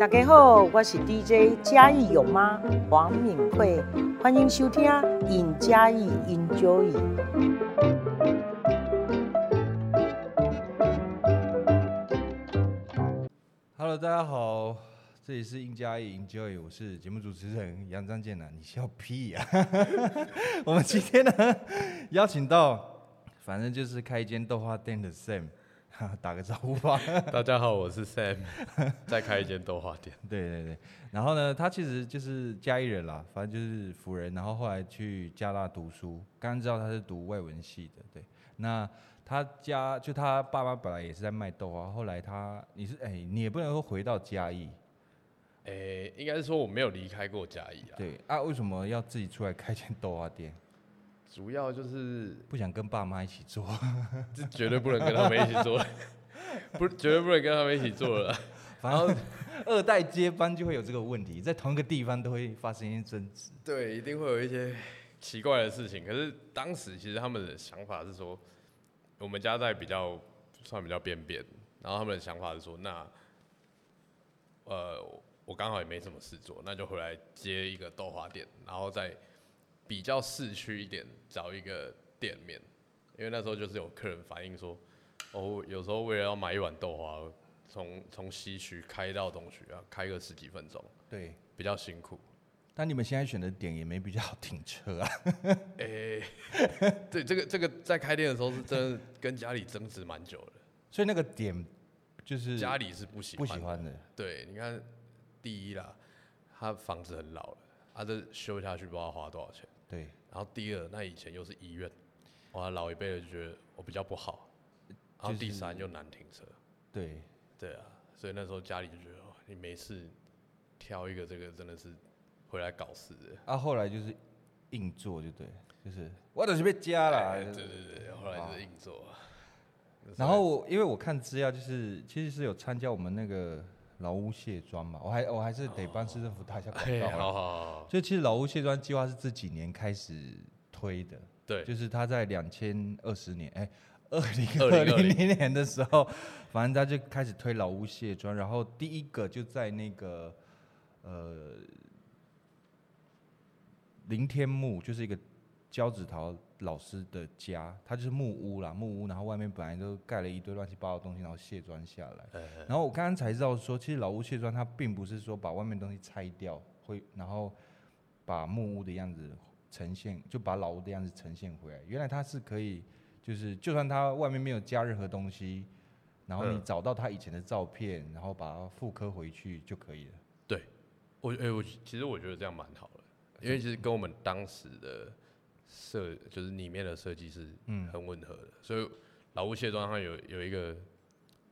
大家好，我是 DJ 嘉义有妈黄敏慧，欢迎收听《尹嘉义 Enjoy》。 Hello，大家好，这里是应嘉义 Enjoy，我是节目主持人杨张建南。你笑屁呀、 我们今天呢，邀请到，反正就是开一间豆花店的 Sam，哈打个招呼吧。 大家好，我是 Sam，再开一间豆花店。对对对，然后呢，他其实就是嘉义人啦，反正就是辅仁，然后后来去加大读书。刚刚知道他是读外文系的，对。那他家就他爸妈本来也是在卖豆花，后来他你是哎、你也不能说回到嘉义，诶、应该是说我没有离开过嘉义啊，对啊，为什么要自己出来开间豆花店？主要就是 不想跟爸妈一起做， 这绝对不能跟他们一起 做，不，绝对不能跟他们一起做了。反哦正 二代接班就会有这个问题，在同一个地方都会发生一些争执。对，一定会有一些奇怪的事情。可是当时其实他们的想法是说，我们家在比较算比较边边，然后他们的想法是说，那呃，我刚好也没什么事做，那就回来接一个豆花店，然后再比较市区一点找一个店面，因为那时候就是有客人反映说，哦，有时候为了要买一碗豆花，从从西区开到东区啊，开个十几分钟，对，比较辛苦。但你们现在选的点也没比较好停车啊。 诶、对，这个这个在开店的时候是真的跟家里争执蛮久的，所以那个点就是家里是不喜不欢喜欢的。对，你看，第一啦，他房子很老了，他这修下去不知道花多少钱。对，然后第二，那以前又是医院，哇，老一辈的就觉得我比较不好。然后第三又难停车，对，对啊，所以那时候家里就觉得，哦、你没事挑一个这个真的是回来搞事的。啊，后来就是硬做就对了，就是我就是被加啦。哎就对是对对，后来就是硬做啊。然后我因为我看资料，就是其实是有参加我们那个老屋卸妆嘛，我还我还是得帮市政府打一下广 哎，告啊。好好好好，就其实老屋卸妆计划是这几年开始推的，对，就是他在两千二十年，哎、2二零二零2020零年的时候，反正他就开始推老屋卸妆，然后第一个就在那个呃林天木，就是一个焦子桃老师的家，他就是木屋啦，木屋，然后外面本来都盖了一堆乱七八糟的东西，然后卸妆下来。然后我刚刚才知道说，其实老屋卸妆它并不是说把外面东西拆掉，会然后把木屋的样子呈现，就把老屋的样子呈现回来。原来它是可以，就是就算它外面没有加任何东西，然后你嗯找到它以前的照片，然后把它复刻回去就可以了。对，我哎、我其实我觉得这样蛮好的，因为其实跟我们当时的设就是里面的设计是嗯很吻合的，所以老屋卸妆上有有一个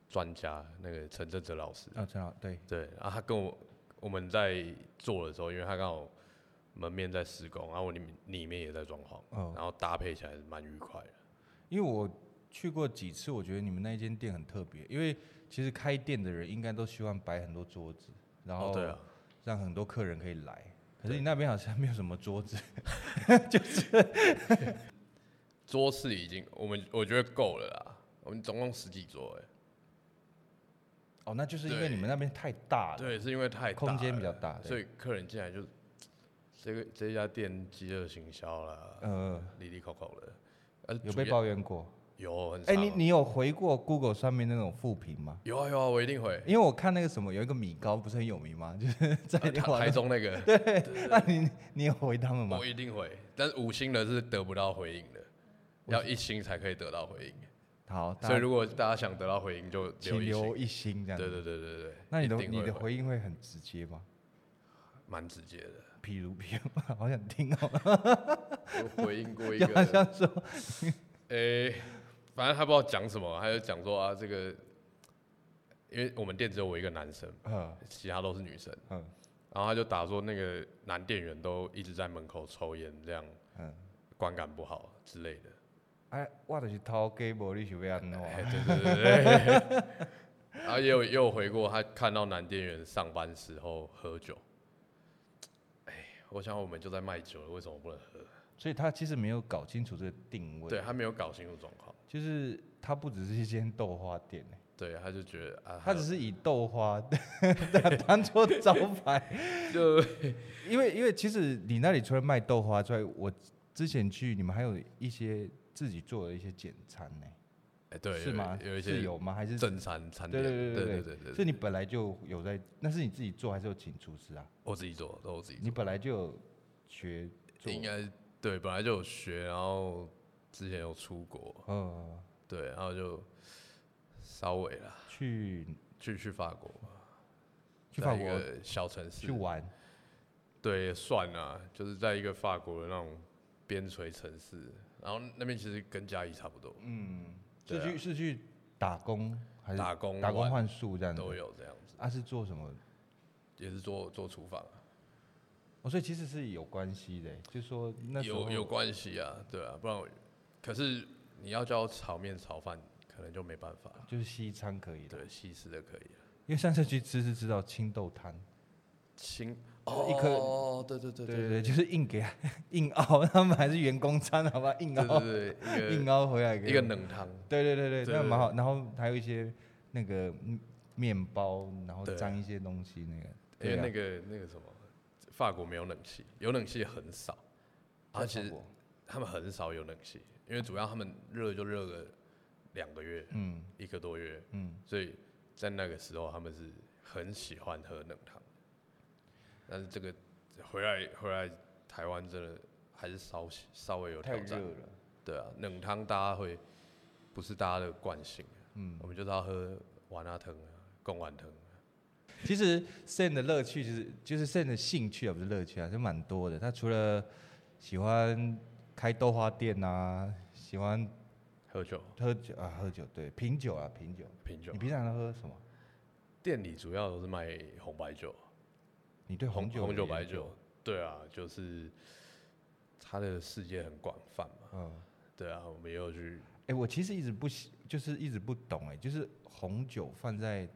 专家，那个陈正哲老师，啊，陈老对，对，然后他跟我我们在做的时候，因为他刚好门面在施工，然啊后我里面里面也在装潢，哦然后搭配起来是蛮愉快的。因为我去过几次，我觉得你们那一间店很特别，因为其实开店的人应该都希望摆很多桌子，然后哦，对啊，让很多客人可以来。可是对你那边好像没有什么桌子， 桌式已经我们我觉得够了啦，我们总共十几桌哎、哦，那就是因为对你们那边太大了，对，是因为太大啊空间比了较大，啊对所以客人进来就这个这家店饥饿行销啦，呃，里里口口的，呃，有主被要抱怨过。有很哎、长你你有回过 Google 上面那种负评吗？有啊有啊，我一 定会。因为我看那个什么有一个米糕不是很有名吗？ 就是在啊台网台上，中那个， 那你你有回他们吗我？一定会，但是五星的是得不到回应的，要一星才可以得到回应。好，大所以家如果大家想得到回应，就留请一星。留一星这样。对对。对对对。那你的一定你会的回回应会很直接吗？蛮直接的，譬如譬如， 好想听哦。我回应 过 一好个，像说，诶、反正他不知道讲什么，他就讲说啊，这个，因为我们店只有我一个男生，呃其他都是女生。嗯然后他就打说那个男店员都一直在门口抽烟，这样嗯，观感不好之类的。哎，我就是偷 gay 无，你是要安怎？ 哎，对对对对。 然后也有也有回过，他看到男店员上班时候喝酒。哎，我想我们就在卖酒了，为什么不能喝？所以他其实没有搞清楚这个定位。对，他没有搞清楚状况。就是它不只是一间豆花店、欸，对，他就觉得啊，他只是以豆花 当做招牌， 就 因为因为其实你那里除了卖豆花之外，我之前去你们还有一些自己做的一些简餐呢、哎对，是有吗？有一是些有吗？还是正餐餐对点，对对对对对对所以你本来就有在，那是你自己做还是有请厨师啊？我自己做，都我自己你本来就有学做，做，应该对，本来就有学，然后之前有出国，呃，对，然后就稍微啦，去去去法国，去在法一国个小城市去玩，对，也算啊，就是在一个法国的那种边陲城市，然后那边其实跟嘉义差不多，嗯，对是啊去是去打工还是打工打工玩换宿这样子？都有这样子，啊，是做什么？也是做做厨房啊、哦，所以其实是有关系的，欸就说那时候有有关系啊，对啊，不然我可是你要叫我炒面炒饭，可能就没办法，就是西餐可以的，对，西式的可以了，因为上次去吃是知道青豆汤，清就是一颗哦，对对对对对对，就是硬给 硬熬，他们还是员工餐，好吧，硬对熬 对对，一硬熬回来个给一个我们冷汤，对对对对，对那对蛮好。然后还有一些那个嗯面包，然后对啊沾一些东西那个。因对为啊那个那个什么，法国没有冷气，有冷气很少，而在且法国他们很少有冷气，因为主要他们热就热个两个月、嗯一个多月，嗯，所以在那个时候他们是很喜欢喝冷汤。但是这个回来回来台湾真的还是稍稍微有太挑热战，了。对啊，冷汤大家会不是大家的惯性，啊嗯，我们就是要喝瓦纳汤啊、贡丸汤，其实 Sen 的乐趣就是就是 Sen 的兴趣啊，不是乐趣啊，就蛮多的。他除了喜欢开豆花店啊，喜欢喝酒、喝酒啊，喝酒对，品酒啊，品酒。品酒你。平常都喝什么？店里主要都是卖红白酒，你对红酒红酒、的白研究酒，，对啊，就是它的世界很广泛嘛。嗯。对啊，我们也有去，哎、我其实一直不喜，就是一直不懂、哎，就是红酒放在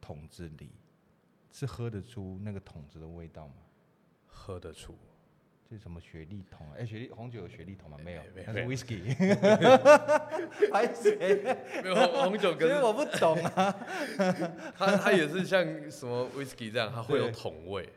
桶子里，是喝得出那个桶子的味道吗？喝得出，这是什么雪莉桶啊？哎、雪莉红酒有雪莉桶吗？没有哎没，那没是有 whisky。还谁？没有红红酒 所以跟我不懂 啊。它它也是像什么 whisky 这样，它会有对桶味，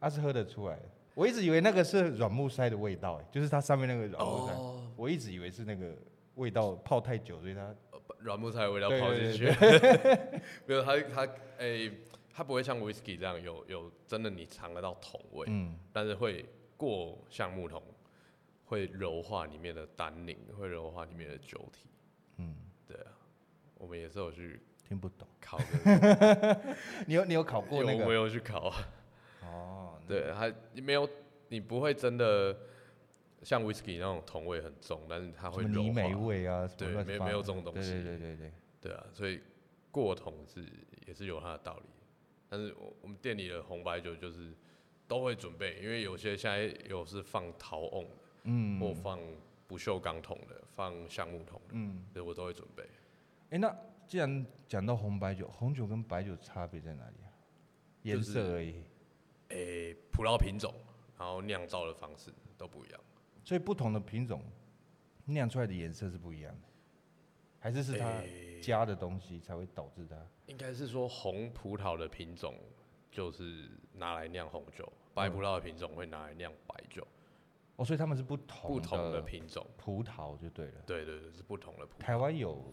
它、是喝得出来的。我一直以为那个是软木塞的味道、哎，就是它上面那个软木塞，哦我一直以为是那个味道泡太久，所以它软木塞的味道对跑进对去。 没有它它诶，它不会像 whisky 这样有有真的你尝得到桶味，嗯但是会过橡木桶，会柔化里面的单宁，会柔化里面的酒体。嗯对啊，我们也是有去听不懂。考的，你有你有考过有那我个？嗯有去考。哦，那对，它没有，你不会真的像 whisky 那种桶味很重，但是什它会么柔泥煤化。味啊，什么对乱七没八没有糟这种东西对对对对对，对啊，所以过桶是也是有它的道理。但是我我们店里的红白酒就是都会准备，因为有些现在有是放陶瓮的，嗯或放不锈钢桶的，放橡木桶的，嗯，所以我都会准备。哎、那既然讲到红白酒，红酒跟白酒差别在哪里啊？颜就是色而已，诶、葡萄品种，然后酿造的方式都不一样。所以不同的品种酿出来的颜色是不一样的，还是是它诶加的东西才会导致它？应该是说红葡萄的品种就是拿来酿红酒，白嗯葡萄的品种会拿来酿白酒，哦，所以他们是不同不同的的品种，葡萄就对了。对对对，是不同的葡萄。台湾有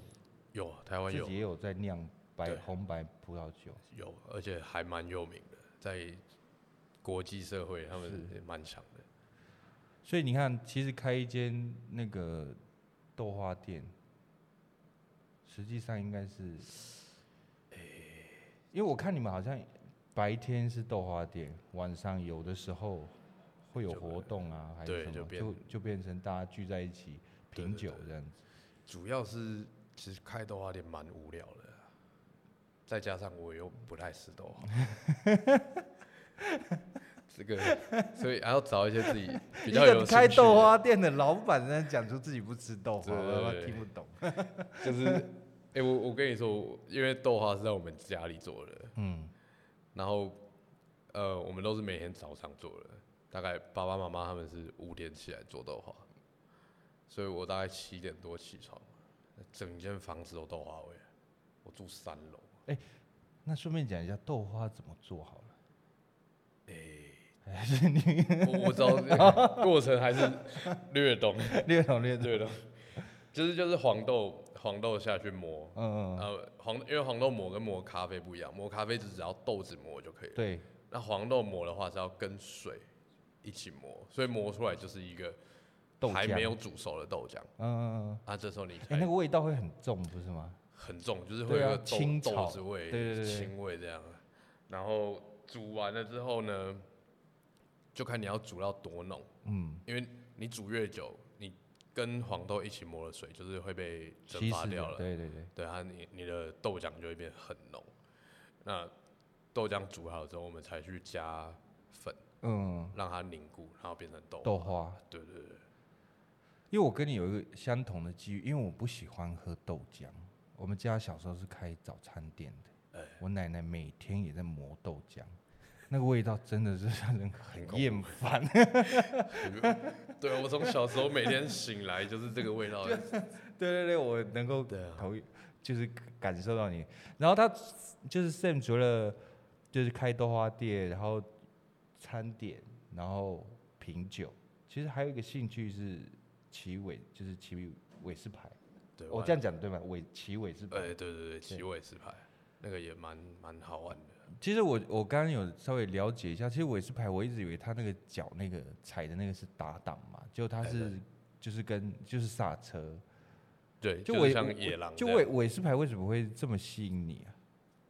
有台湾自有己也有在酿白对红白葡萄酒，有，而且还蛮有名的，在国际社会他们也蛮强的。所以你看，其实开一间那个豆花店，实际上应该是，因为我看你们好像白天是豆花店，晚上有的时候会有就活动啊，还是对什就么，变就就变成大家聚在一起对品对酒对这样子。主要是其实开豆花店蛮无聊的啊，再加上我又不太吃豆花， 这个所以还要找一些自己比一较有个开兴趣的豆花店的老板在讲出自己不吃豆花，对对我他妈对听不懂。就是，哎、我我跟你说，我因为豆花是在我们家里做的，嗯，然后呃，我们都是每天早上做的，大概爸爸妈妈他们是五点起来做豆花，所以我大概七点多起床，整间房子都豆花味，我住三楼，那顺便讲一下豆花怎么做好了。我我知道这个过程还是略懂略懂略懂，略懂，就是就是黄豆黄豆下去磨，嗯嗯，呃黄因为黄豆磨跟磨咖啡不一样，磨咖啡就只要豆子磨就可以了，对，那黄豆磨的话是要跟水一起磨，所以磨出来就是一个豆还浆没有煮熟的豆浆，嗯嗯嗯，啊这时候你哎，那才个味道会很重，不是吗？很重，就是会有对啊一个豆青草豆子味、对对对对青味这样，然后煮完了之后呢，就看你要煮到多浓。嗯，因为你煮越久，你跟黄豆一起磨的水就是会被蒸稀发释掉的，了，对对对，对啊，你你的豆浆就会变很浓。那豆浆煮好之后，我们才去加粉，嗯，让它凝固，然后变成豆。豆花，对对对，因为我跟你有一个相同的机遇，因为我不喜欢喝豆浆。我们家小时候是开早餐店哎的，我奶奶每天也在磨豆浆，那个味道真的是让人很恐怖厌烦。 对啊我从小时候每天醒来就是这个味道。对对对，我能够对啊投，就是感受到你。然后他就是 Sam 除了就是开豆花店，然后餐点，然后品酒，其实还有一个兴趣是骑尾，就是骑尾式牌。对，哎我这样讲对吗？尾骑尾式牌。哎，对对对，奇尾石牌那个也蛮蛮好玩的。其实我我刚刚有稍微了解一下，其实尾式牌我一直以为他那个脚那个踩的那个是打档嘛，就他哎是就是跟就是刹车。对，就是尾像野狼这就样，尾尾式牌为什么会这么吸引你啊？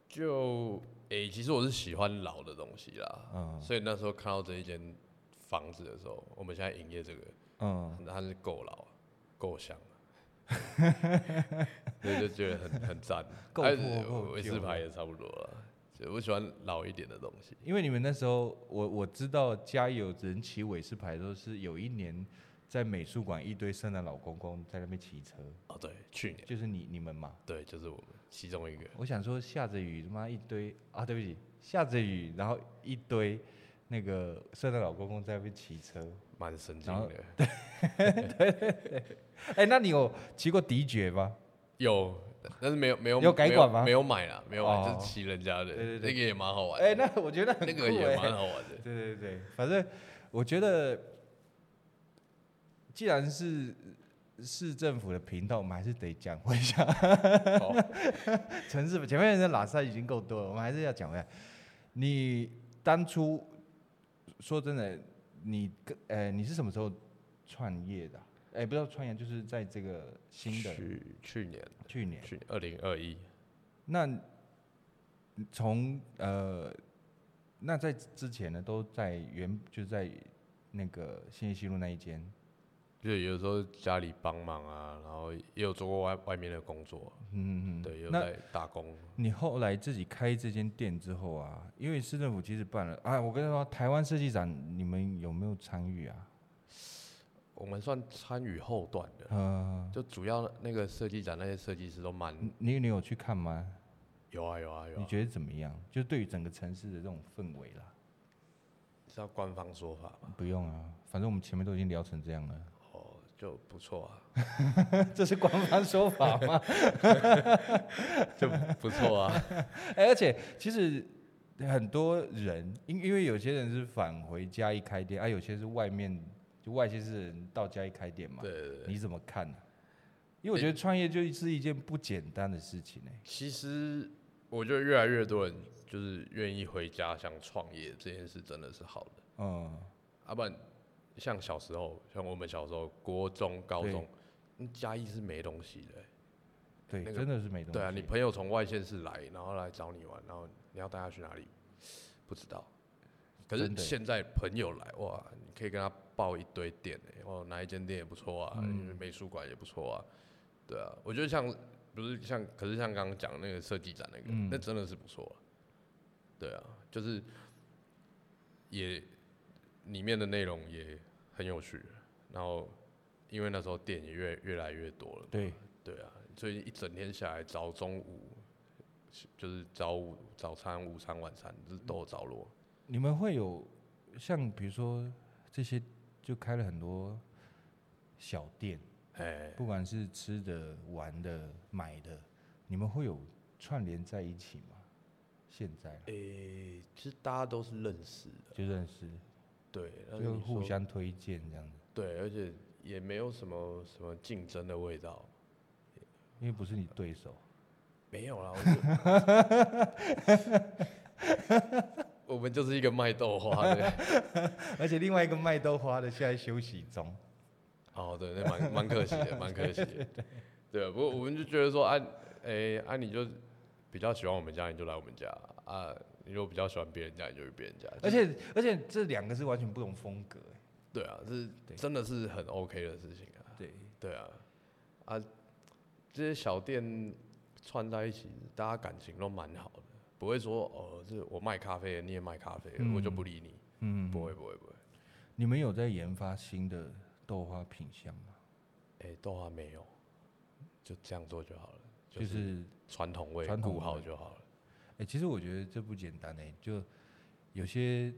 就诶、其实我是喜欢老的东西啦，嗯所以那时候看到这一间房子的时候，我们现在营业这个，嗯。它是够老，够香，所以就觉得很很赞。够哎破够我威旧士牌也差不多了，就我喜欢老一点的东西。因为你们那时候，我我知道家有人骑尾式牌，都是有一年在美术馆一堆圣诞老公公在那边骑车，哦，对，去年就是你你们嘛。对，就是我们其中一个，我想说下着雨他妈一堆啊，对不起，下着雨然后一堆那个圣诞老公公在那边骑车。蛮神经然后的。哎，那你有骑过迪爵吗？有，但是没有没有有改管没有吗没有买啦，没有买，哦就是骑人家的，对对那对个也蛮好玩的。哎，那我觉得很那酷个也哎蛮好玩的。对对对，反正我觉得，既然是市政府的频道，我们还是得讲回一下。好 城市前面的拉萨已经够多了，我们还是要讲回来。你当初说真的，你跟呃你是什么时候创业的啊？哎、不知道创业就是在这个 新的去去年，去年。去二零二一，那从呃，那在之前呢，都在原就在那个新义西路那一间，就是有时候家里帮忙啊，然后也有做过外外面的工作，嗯嗯嗯，对，也有那在打工。你后来自己开这间店之后啊，因为市政府其实办了啊，我跟你说，台湾设计展你们有没有参与啊？我们算参与后段的，呃，就主要那个设计展那些设计师都蛮你你有去看吗？有啊有啊有嗯你啊，觉得怎么样？就对于整个城市的这种氛围啦，是要官方说法嘛？不用啊，反正我们前面都已经聊成这样了，哦，就不错啊， 这是官方说法吗？就不错啊。哎而且其实很多人，因因为有些人是返回嘉义开店，啊，有些是外面就外县市人到嘉义开店嘛。对对对，你怎么看呢、因为我觉得创业就是一件不简单的事情哎、其实我觉得越来越多人就是愿意回家乡创业这件事，真的是好的。嗯，啊，不然像小时候，像我们小时候，国中、高对中，嗯嘉义是没东西的欸、对，那个真的是没东西。对啊，你朋友从外县市来，然后来找你玩，然后你要带他去哪里？不知道。可是真的欸现在朋友来哇，你可以跟他报一堆店诶、哦，哪一间店也不错啊，嗯美术馆也不错啊，对啊，我觉得像不是像，可是像刚刚讲那个设计展那个，嗯那真的是不错、啊，对啊，就是也里面的内容也很有趣，然后因为那时候店也越越来越多了，对，对啊，所以一整天下来，早中午就是早午早餐、午餐、晚餐，就是都有着落。你们会有像比如说这些就开了很多小店，嗯哎，不管是吃的、玩的、买的，你们会有串联在一起吗？现在啊诶、其实大家都是认识的，就认识，对，那就你互说相推荐这样子，对，而且也没有什么什么竞争的味道，因为不是你对手，没有 啦，我就 我们就是一个卖豆花的， 而且另外一个麦豆花的现在休息中，哦，对，那蛮蛮可惜 的，蛮可惜的，对，不过我们就觉得说，啊，哎、啊，你就比较喜欢我们家，你就来我们家啊，你如果比较喜欢别人家，你就去别人家，而且而且这两个是完全不同风格欸，对啊，这是对真的是很 OK 的事情啊，对，对啊，啊，这些小店串在一起，大家感情都蛮好的，不会说哦，这我卖咖啡，你也卖咖啡，我就不理你，嗯，不会不会不会，你们有在研发新的豆花品相吗？哎、豆花没有，就这样做就好了，就就是是传统味传统顾好味就好了。哎、其实我觉得这不简单哎、就有些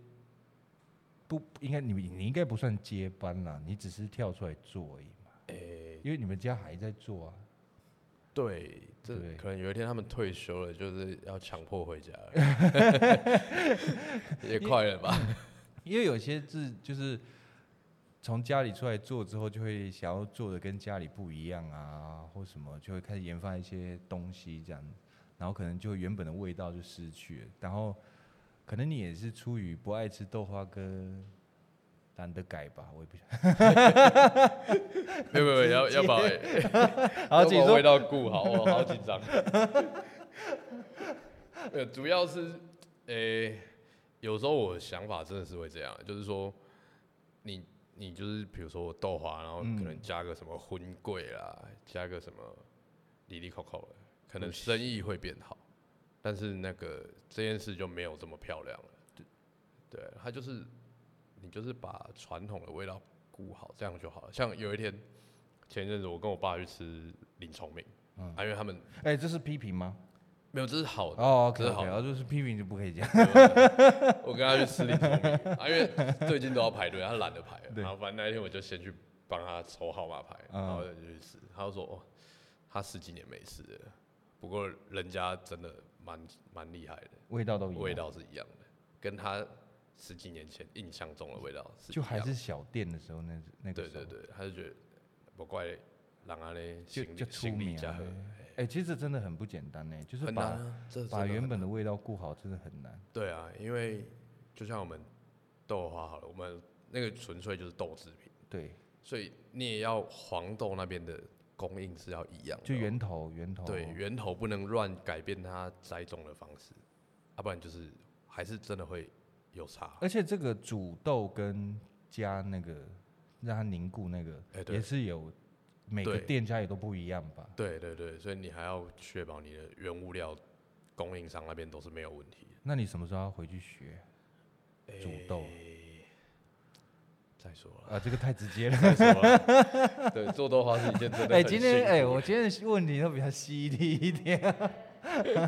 不应该你你应该不算接班啦，你只是跳出来做而已嘛。因为你们家还在做啊，对，这对可能有一天他们退休了，就是要强迫回家了，也快了吧？因为有些是就是从家里出来做之后，就会想要做的跟家里不一样啊，或什么，就会开始研发一些东西这样，然后可能就原本的味道就失去了，然后可能你也是出于不爱吃豆花跟懒得改吧，我也不想，没有没有没有，要要把 然后要自己把说味道顾好，哦我好紧 张。没有，主要是，诶、有时候我想法真的是会这样，就是说，你你就是比如说我豆花，然后嗯可能加个什么荤桂啦，加个什么里里口口的，可能生意会变好，但是那个这件事就没有这么漂亮了。对，它就是你就是把传统的味道顾好，这样就好了。像有一天，前一阵子我跟我爸去吃林聪明，啊，因为他们哎、这是批评吗？没有，这是好的。哦，这可是以，好然后就是批评就不可以讲。我跟他去吃林聪明，啊，因为最近都要排队，他懒得排了。对然后反正那一天我就先去帮他抽号码牌，嗯然后就去吃。他就说，哦，他十几年没吃了，不过人家真的蛮蛮厉害的，味道都一样， 味道是一样的，跟他十几年前印象中的味道是一就还样的是小店的时候那那个对时候对，对，他就觉得不怪人家嘞，就行就李出行李名加了和，哎、其实这真的很不简单呢、就是很把、难啊，这真把的很原本的味道顾好真的很难。对啊，因为就像我们豆花好了，我们那个纯粹就是豆制品，对，所以你也要黄豆那边的供应是要一样的哦，就源头源头对源头不能乱改变它栽种的方式，啊要不然就是还是真的会有差。而且这个煮豆跟加那个让它凝固那个，哎对也是有每个对店家也都不一样吧？对对对，所以你还要确保你的原物料供应商那边都是没有问题的。那你什么时候要回去学煮豆？再说了，啊，这个太直接 了。再说了， 对，做豆花是一件真的哎、很今天辛哎、苦我今天的问题都比较犀利一点，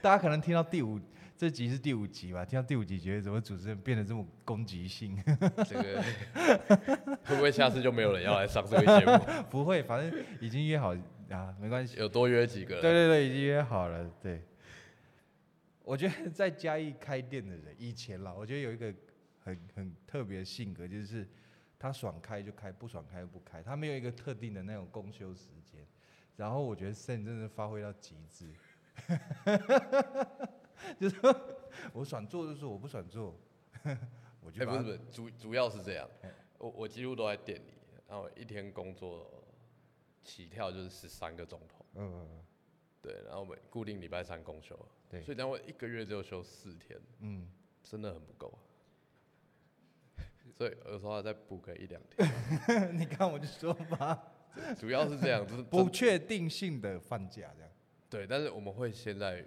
大家可能听到第五这集是第五集吧，听到第五集觉得怎么主持人变得这么攻击性？ 这个会不会下次就没有人要来上这个节目？ 不会，反正已经约好啊，没关系。有多约几个对人？对对，已经约好了。对，我觉得在嘉义开店的人，以前啦，我觉得有一个很很特别的性格，就是他爽开就开，不爽开就不开，他没有一个特定的那种公休时间。然后我觉得 Sen 真的发挥到极致，就是说我爽做就做，我不爽做，我哎、就不把是它不是，主主要是这样，嗯我我几乎都在店里，然后一天工作起跳就是十三个钟头，嗯嗯嗯对，然后我们固定礼拜三公休，对所以单位一个月只有休四天，嗯。真的很不够。啊所以有时候要再补个一两天，嗯 你看我就说吧，主要是这样，就是不确定性的放假这样。对，但是我们会先在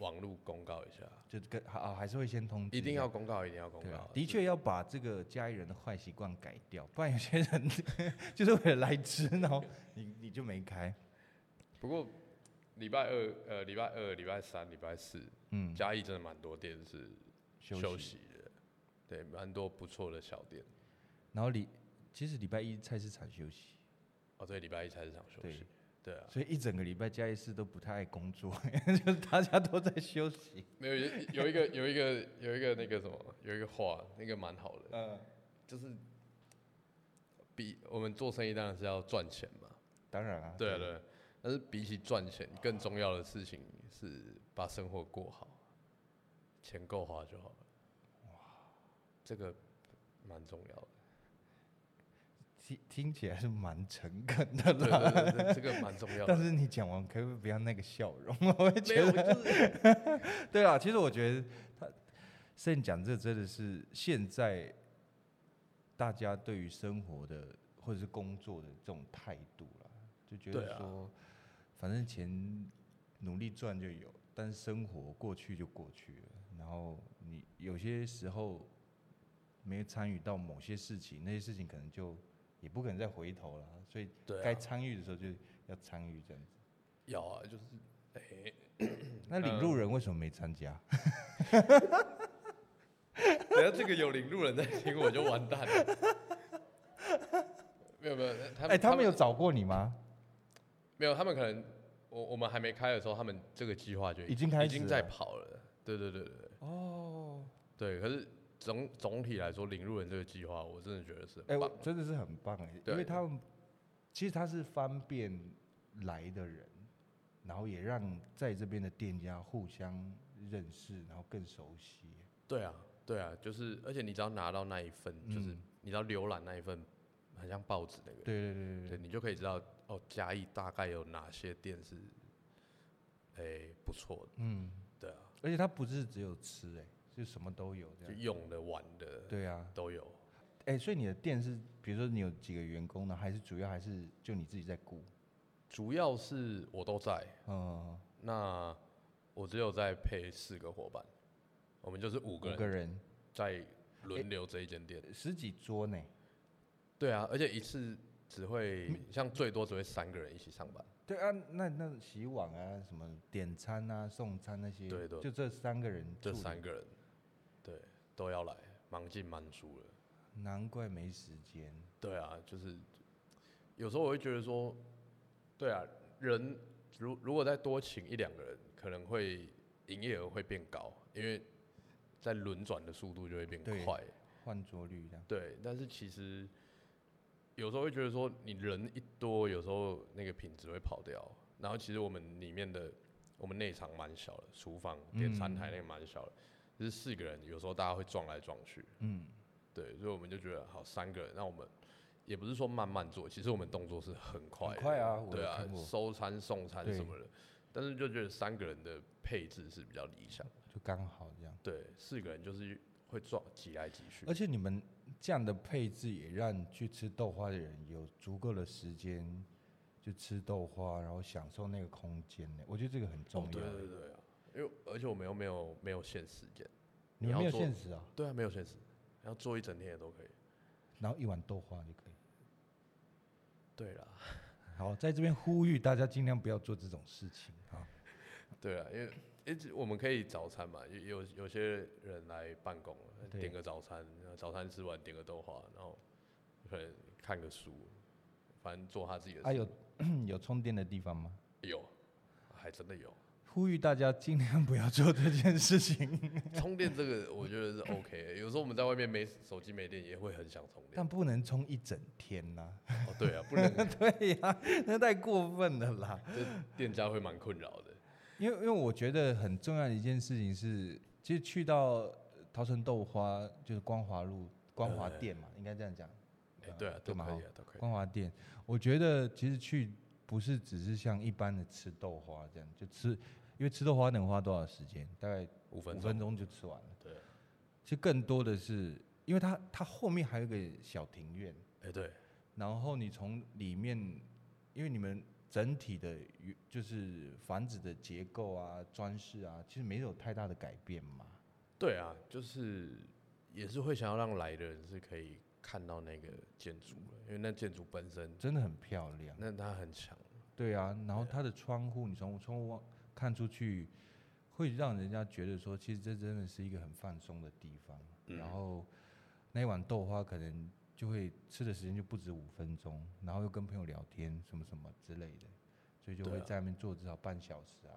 网络公告一下，就跟啊还是会先通知下，一定要公告，一定要公对啊告，。的确要把这个家里人的坏习惯改掉，不然有些人 就是为了来吃，然后 你你就没开，不过礼拜二、呃礼拜二、礼拜三、礼拜四，嗯，嘉义真的蛮多店是休休息的，对，蛮多不错的小店。然后礼其实礼拜一菜市场休息，哦，对，礼拜一菜市场休息，对对啊，所以一整个礼拜嘉义市都不太爱工作， 就是大家都在休息。没有有有一个有一个有一个那个什么，有一个话，那个蛮好的，嗯，就是比我们做生意当然是要赚钱嘛，当然啊，对啊对啊，但是比起赚钱，更重要的事情是把生活过好，钱够花就好了。这个蛮重要的，听听起来是蛮诚恳的对啦。对对，对啊这个蛮重要但的。是你讲完可不可以不要那个笑容？ 我会没觉有，得， 就是对啊，其实我觉得他 Sam 讲这真的是现在大家对于生活的或者是工作的这种态度啦，就觉对得啊说，反正钱努力赚就有，但是生活过去就过去了。然后你有些时候没有参与到某些事情，那些事情可能就也不可能再回头了，所以对啊该参与的时候就要参与这样子。要啊，就是那领路人为什么没参加？等下这个有领路人在听，我就完蛋了。 没有没有，他哎、们他们有找过你吗？没有，他们可能我我们还没开的时候，他们这个计划就已经开始已经在了跑了。对对对对对哦，对，可是总总体来说，领路人这个计划，我真的觉得是哎、很棒我的。真的是很棒哎、对因为他们其实他是方便来的人，然后也让在这边的店家互相认识，然后更熟悉。对啊，对啊，就是而且你只要拿到那一份，就是嗯你只要浏览那一份，很像报纸那个，对对对对对对，你就可以知道哦，嘉义大概有哪些店是，哎、不错的，嗯，对啊，而且他不是只有吃哎、就什么都有这就样。用的玩的嗯对啊，都有。哎、所以你的店是，比如说你有几个员工呢？还是主要还是就你自己在顾？主要是我都在，嗯，那我只有在配四个伙伴，我们就是五五个个人人，在轮流这一间店。十几桌呢。对啊，而且一次只嗯会像最多只会三个人一起上班。对啊，那那洗碗啊，什么点餐啊、送餐那些，对对就这三个人，这三，个人，对，都要来，忙进忙出了。难怪没时间。对啊，就是有时候我会觉得说，对啊，人如如果再多请一两个人，可能会营业额会变高，因为在轮转的速度就会变对快。换桌率这样，对，但是其实有时候会觉得说，你人一多，有时候那个品质会跑掉。然后其实我们里面的我们内场蛮小的，厨房嗯点餐台那个蛮小的，就是四个人，有时候大家会撞来撞去。嗯，对，所以我们就觉得好三个人，那我们也不是说慢慢做，其实我们动作是很快的，很快啊我对有啊看，过收餐送餐对什么的，但是就觉得三个人的配置是比较理想的，就刚好这样。对，四个人就是会撞挤来挤去而，且你们这样的配置也让去吃豆花的人有足够的时间就吃豆花，然后享受那个空间呢。我觉得这个很重哦要。对对对啊，因为而且我们又没有没有限时间，你们没有你要做限时啊，对啊，没有限时，要做一整天也都可以，然后一碗豆花就可以。对啦，好，在这边呼吁大家尽量不要做这种事情啊。对啊，因为一直我们可以早餐嘛，有有有些人来办公了，对点个早餐，然后早餐吃完点个豆花，然后可能看个书，反正做他自己的事。啊，有有充电的地方吗？有，还真的有 呼吁大家尽量不要做这件事情，充电这个，我觉得是 OK 的。有时候我们在外面没手机没电，也会很想充电但。不能充一整天呐、哦，对啊，不然对呀、那太过分了啦。这店家会蛮困扰的。 因为因为我觉得很重要的一件事情是，其实去到桃城豆花就是光华路光华店嘛，应该这样讲。哎、 对啊，都对嘛可以哈啊，都可以。光华店，我觉得其实去不是只是像一般的吃豆花这样，就吃，因为吃豆花能花多少时间？大概五五分钟，分钟就吃完了。对啊，其实更多的是，因为它它后面还有一个小庭院，哎、对，然后你从里面，因为你们整体的原就是房子的结构啊、装饰啊，其实没有太大的改变嘛。对啊，就是也是会想要让来的人是可以看到那个建筑的，因为那建筑本身，真的很漂亮。那它很强。对啊，然后它的窗户，你从窗户望看出去，会让人家觉得说，其实这真的是一个很放松的地方。嗯然后那一碗豆花可能就会吃的时间就不止五分钟，然后又跟朋友聊天什么什么之类的，所以就对会啊在那边坐至少半小时啊，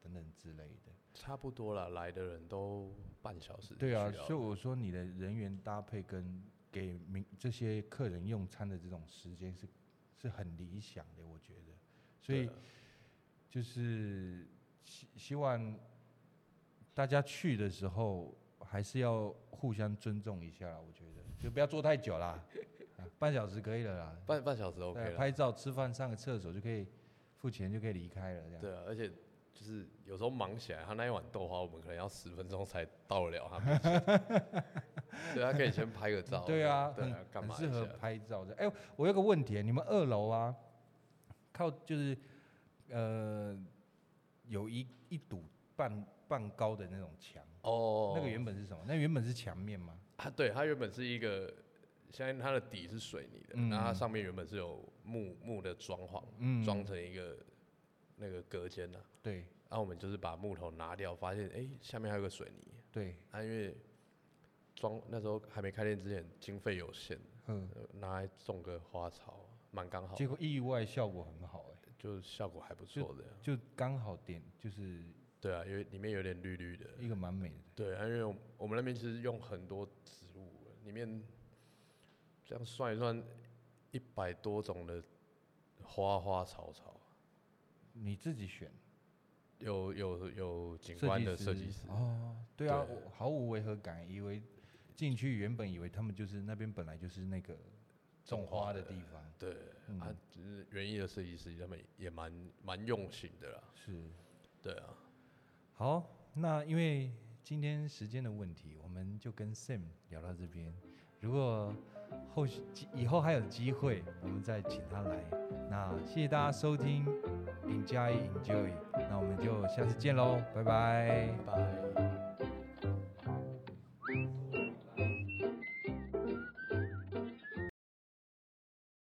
等等之类的。差不多了，来的人都半小时就对啊，需要所以我说你的人员搭配跟给民这些客人用餐的这种时间是是很理想的，我觉得。所对以啊就是希希望大家去的时候还是要互相尊重一下啦，我觉得就不要坐太久啦，啊半小时可以了啦。半半小时 OK 对，啊了，拍照、吃饭、上个厕所就可以付钱就可以离开了，这样。对啊，而且就是有时候忙起来，他那一碗豆花，我们可能要十分钟才到得了他们。 对他啊可以先拍个照，对啊，对很啊，干很嘛适一合下拍照的。哎、我有个问题，你们二楼啊，靠就是呃有一一堵半半高的那种墙，哦那个原本是什么？那原本是墙面吗？啊，对，它原本是一个，现在它的底是水泥的，嗯那它上面原本是有木木的装潢，嗯，装成一个那个隔间呐、啊。对然后我们就是把木头拿掉，发现哎、诶下面还有个水泥。对，啊，因为装那时候还没开店之前，经费有限，嗯，呃拿来种个花草，蛮刚好的，结果意外效果很好、哎，就效果还不错的。就刚好点就是对啊，因为里面有点绿绿的。一个蛮美的。对啊，因为我我们那边其实用很多植物，里面这样算一算，一百多种的花花草草，你自己选有有有景观的设计师，哦，对啊，对我毫无违和感，以为进去原本以为他们就是那边本来就是那个种种花花的的地方，嗯对、啊，就是园艺的设计师，他们也蛮蛮用心的啦，是。对啊，好，那因为今天时间的问题，我们就跟 Sam 聊到这边。如果后续以后还有机会，我们再请他来。那谢谢大家收听《赢家一 Enjoy》，那我们就下次见喽，拜拜。拜。